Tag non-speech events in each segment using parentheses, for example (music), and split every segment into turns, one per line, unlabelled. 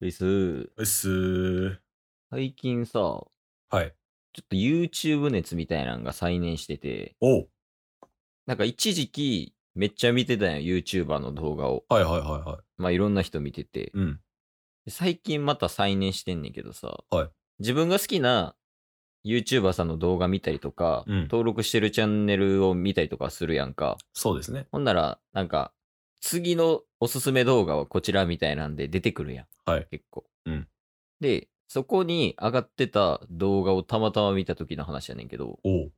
です。
うっすー。
最近さ、ちょ
はい。
っと YouTube 熱みたいなのが再燃してて、
おう。
なんか一時期めっちゃ見てたんよ、YouTuber の動画を。
はいはいはいはい。
まあいろんな人見てて。
うん。
で最近また再燃してんねんけどさ、
はい。
自分が好きな YouTuber さんの動画見たりとか、
うん。
登録してるチャンネルを見たりとかするやんか。
そうですね。
ほんなら、なんか、次のおすすめ動画はこちらみたいなんで出てくるやん。
はい。
結構。
うん。
で、そこに上がってた動画をたまたま見た時の話やねんけど、
おう。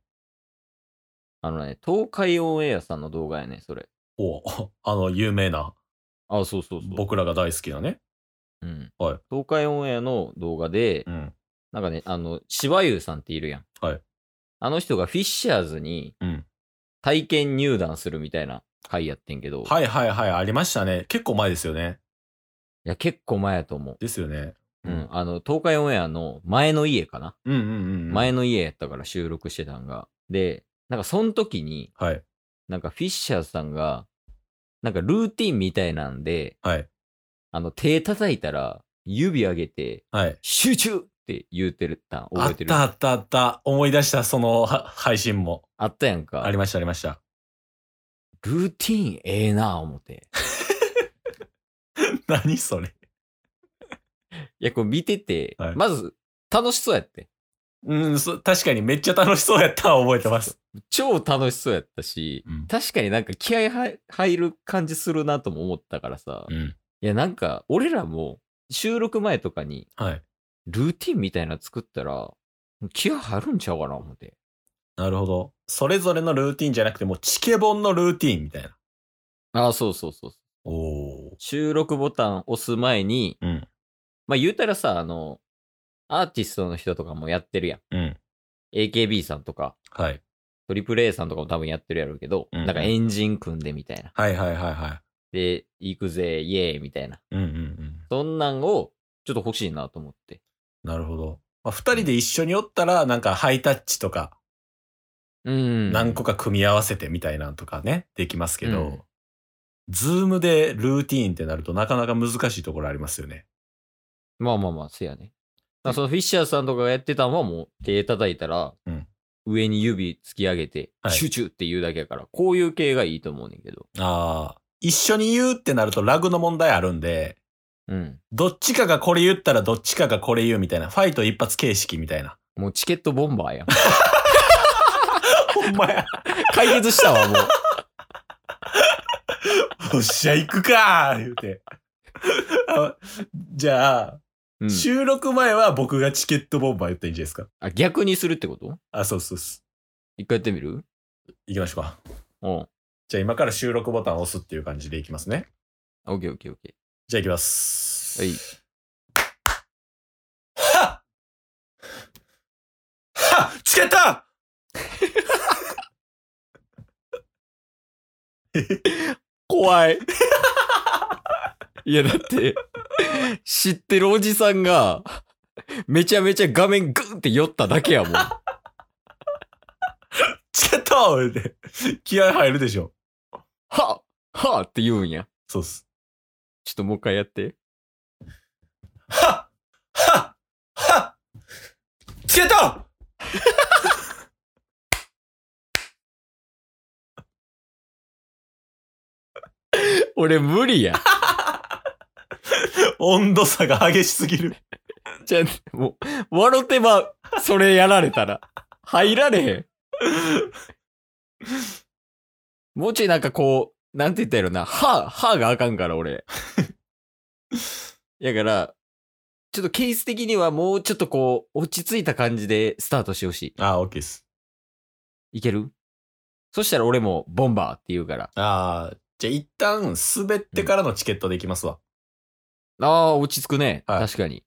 あのね、東海オンエアさんの動画やねん、それ。
おう。あ (laughs) の、有名な、
あ、そうそうそう。
僕らが大好きなね。
うん。
はい。
東海オンエアの動画で、
うん。
なんかね、あの、芝優さんっているやん。
はい。
あの人がフィッシャーズに
うん。
体験入団するみたいな回やってんけど、
はいはいはい、ありましたね。結構前ですよね。
いや、結構前やと思う。
ですよね。う
うん、
ん。
あの、東海オンエアの前の家かな
うんうんうんう
前
ん。
の家やったから収録してたんが。で、なんかその時に、
はい。
なんかフィッシャーズさんが、なんかルーティンみたいなんで、
はい。
あの、手叩いたら、指上げて、
はい。
集中って言うてるったん
あ
覚え
ってた
る
あったあった。思い出した、そのは配信も。
あったやん
あり
か。
ましたありました。
ルーティンええなぁ思て。
(laughs) 何それ。
いや、これ見てて、
はい。
まず、楽しそうやって。
うん、そ確かにめっちゃ楽しそうやったのは覚えて
そう
ま
そう。
す。
超楽しそうやったし、
うん。
確かになんか気合は入る感じするなとも思ったからさ。
うん。
いや、なんか、俺らも収録前とかに
はい。
ルーティンみたいなの作ったら、気合入るんちゃうかな思って。
なるほど。それぞれのルーティンじゃなくて、もうチケボンのルーティンみたいな。
ああ、そうそうそうそう。
おー。
収録ボタン押す前に、
うん。
まあ言うたらさ、あの、アーティストの人とかもやってるやん。
うん。
AKB さんとか、
はい。
トリプル a さんとかも多分やってるやろうけど、
うんう
なんか
ん。
エンジン組んでみたいな。
はいはいはいはい。
で、行くぜ、イエーイみたいな。
うんうんうん。
そんなんを、ちょっと欲しいなと思って。
なるほど。まあ、二
う
人
ん。
で一緒におったら、なんかハイタッチとか、
う
何個
ん。
か組み合わせてみたいなんとかね、できますけ
うん。
ど、ズームでルーティーンってなるとなかなか難しいところありますよね。
まあまあまあ、せやね。だから
で
そのフィッシャーさんとかがやってたのはもう手叩いたら、
うん。
上に指突き上げて、
はい。
集中って言うだけやから、こういう系がいいと思うねんけど。
ああ、一緒に言うってなるとラグの問題あるんで、
うん。
どっちかがこれ言ったらどっちかがこれ言うみたいな、ファイト一発形式みたいな。 (laughs)
もうチケットボンバーやん。
ほんまや。
解決したわ、
(laughs)
もう。
よっしゃ、行くかー言うて。あじゃあ、
うん。
収録前は僕がチケットボンバー言ったらいいんじゃないですか。
あ、逆にするってこと
あ、そうそうそう。
一回やってみる
行きましょうか。
うん。
じゃあ今から収録ボタンを押すっていう感じでいきますね。
オッケーオッケーオッケ
じゃあ行きま
ー。はい。
す。はっはっチケット
怖い。 (laughs) いや、だって、知ってるおじさんが、めちゃめちゃ画面グーンって寄っただけやもん。
チケット言うて気合入るでしょ。
はっはっって言うんや。
そうっす。
ちょっともう一回やって。
はっはっはっチケット
俺無理や。
温度差が激しすぎる。
じゃあ、もう、笑ってまう、それやられたら。入られへん。もうちょいなんかこう、なんて言ったやろな、歯、歯があかんから俺。 (laughs) やから、ちょっとケース的にはもうちょっとこう、落ち着いた感じでスタートしてほしい。
あ、オッケーっす。
いけるそしたら俺も、ボンバーって言うから。
ああ、じゃあ一旦滑っ
う
て
ん。
からのチケットでいきますわ。
ああ、落ち着くね。
はい。
確かに。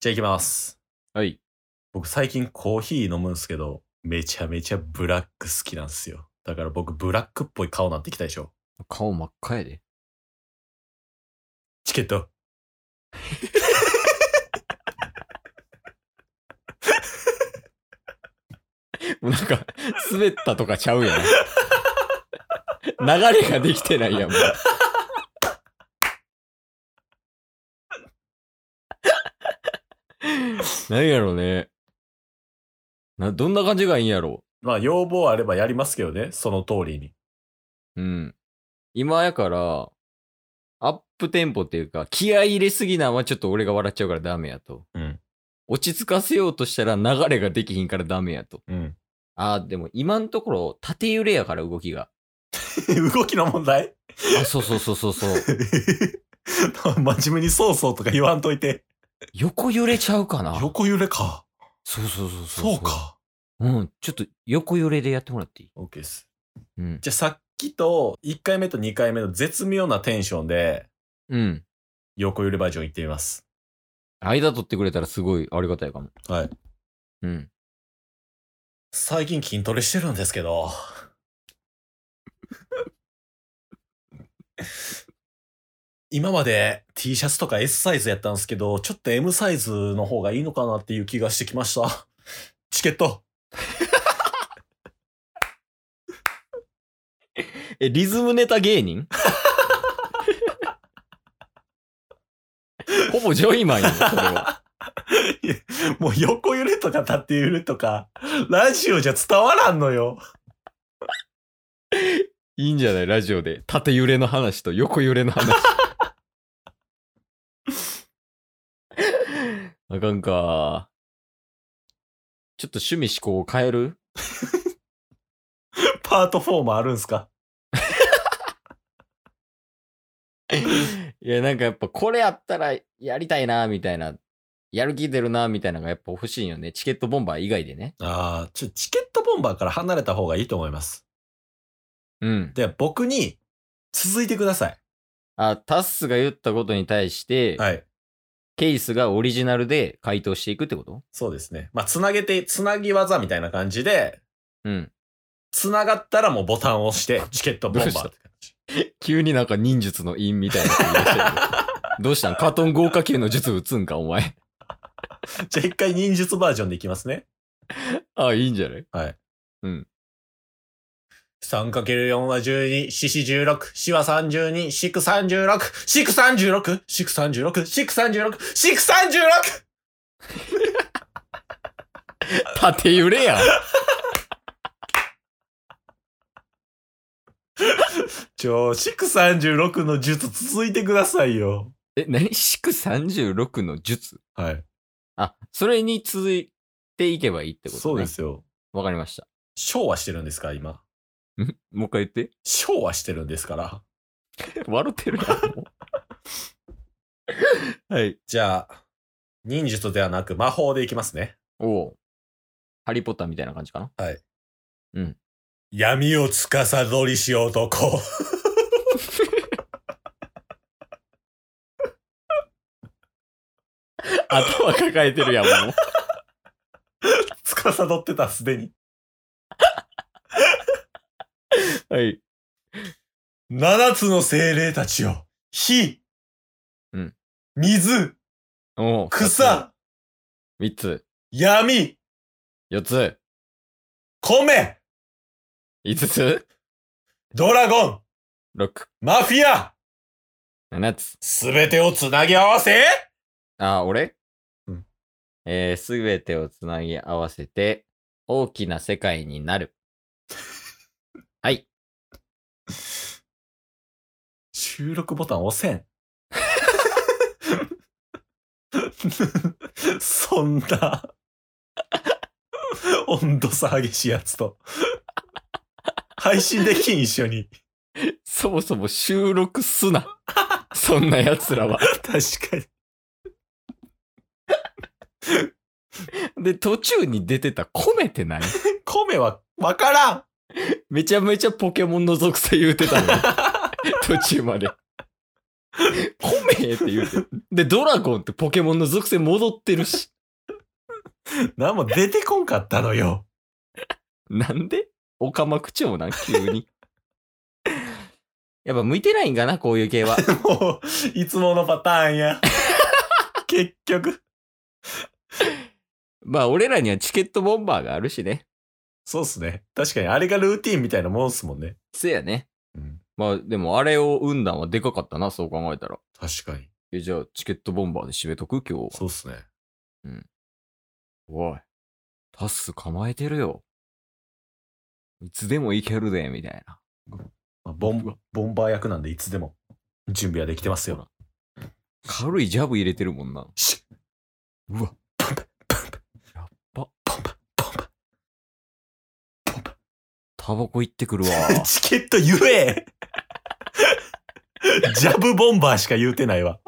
じゃあ行きます。
はい。
僕最近コーヒー飲むんすけど、めちゃめちゃブラック好きなんすよ。だから僕ブラックっぽい顔なってきたでしょ。
顔真っ赤やで。
チケット。
もうなんか、滑ったとかちゃうやん。流れができてないやん、もう。何やろうね。な、どんな感じがいいんやろ
まあ、要望あればやりますけどね、その通りに。
う。うん。今やから、アップテンポっていうか、気合い入れすぎなんはちょっと俺が笑っちゃうからダメやと。
うん。
落ち着かせようとしたら流れができひんからダメやと。
うん。 (laughs)
あーでも今のところ縦揺れやから動きが。
動きの問題 (laughs)
あ、そうそうそうそうそう。
真面目にそうそうとか言わんといて。
横揺れちゃうかな。
横揺れか。
そうそうそうそう。
そう。か。
うん。ちょっと横揺れでやってもらっていい
OK です。
うん。
じゃあさっきと1回目と2回目の絶妙なテンションで
うん。
横揺れバージョン行ってみます。
間取ってくれたらすごいありがたいかも。
はい。
うん。
最近筋トレしてるんですけど。今まで T シャツとか S サイズやったんですけど、ちょっと M サイズの方がいいのかなっていう気がしてきました。チケット (laughs)
え、リズムネタ芸人 (laughs) ほぼジョイマンよ、それは。
いやもう横揺れとか立って揺れとか、ラジオじゃ伝わらんのよ。
(laughs) いいんじゃないラジオで。縦揺れの話と横揺れの (laughs) 話。あかんか。ちょっと趣味思考を変える
パート4もあるんすか
いや、なんかやっぱこれやったらやりたいな、みたいな。やる気出るな、みたいなのがやっぱ欲しいよね。チケットボンバー以外でね。
ああ、ちょ、チケットボンバーから離れた方がいいと思います。
うん。
で、僕に続いてくださ
あ、タッスが言ったことに対して、
い。はい。
ケイスがオリジナルで回答していくってこと
そうですね。まあ、つなげて、つなぎ技みたいな感じで、
うん。
つながったらもうボタンを押して、チケットボンバ
どうした
ーって感じ。
急になんか忍術の陰みたいなこと言い出したけ (laughs) どどうしたんカートン豪華系の術打つんか、お前。
じゃあ一回忍術バージョンでいきますね。
あ、いいんじゃない
はい。
うん。
3×4 は12、4、4、16、4は32、4、36、4、36、4、36、4、36、4、36!
縦揺れやん。
ちょ、4、36の術続いてくださいよ。
え、何祝36の術
はい。
あ、それに続いていけばいいってことね。
そうで。すよ。
わかりました。
昭和してるんですか、今。
んもう一回言って。
昭和してるんですから。
笑ってるやんもうはい。
じゃあ、忍術ではなく魔法でいきますね。
おお。ハリーポッターみたいな感じかな
闇を司りし男。
頭抱えてるやん、もう。
(laughs) 司ってた、すでに。
はい。
七つの精霊たちよ。火。
うん
水、
おう。
草、
三つ、
闇、
四つ、
米、
五つ、
ドラゴン、
六、
マフィア、
七つ。
すべてをつなぎ合わせ、
あー、俺
うん。
えー、すべてをつなぎ合わせて、大きな世界になる。はい。
収録ボタン押せん。そんな、温度差激しいやつと。配信できん、一緒に。
そもそも収録す (laughs) な。そんな奴らは。
確かに。
で、途中に出てた米って何
米はわからん
めちゃめちゃポケモンの属性言うてた (laughs) のに途中まで。米って言うて。で、ドラゴンってポケモンの属性戻ってるし。
何も出てこんかったのよ。
なんでオカマ口調なん急に。 (laughs) やっぱ向いてないんかなこういう系は。
もう、いつものパターンや。結局。
(laughs) まあ俺らにはチケットボンバーがあるしね。
そうっすね。確かに、あれがルーティンみたいなもんっすもんね。
せやね。
うん。
まあでもあれを生んだんはでかかったな、そう考えたら。
確かに。
えじゃあチケットボンバーで締めとく今日は。
そうっすね。
おい、タッス構えてるよ。いつでもいけるで、みたいな。
まあボン、ボンバー役なんでいつでも準備はできてますよ。
軽いジャブ入れてるもんな。
シュッ
うわ、
パンパンパンパンポンパンポンパン
タバコ行ってくるわ。
(laughs) チケット言えジャブボンバーしか言うてないわ。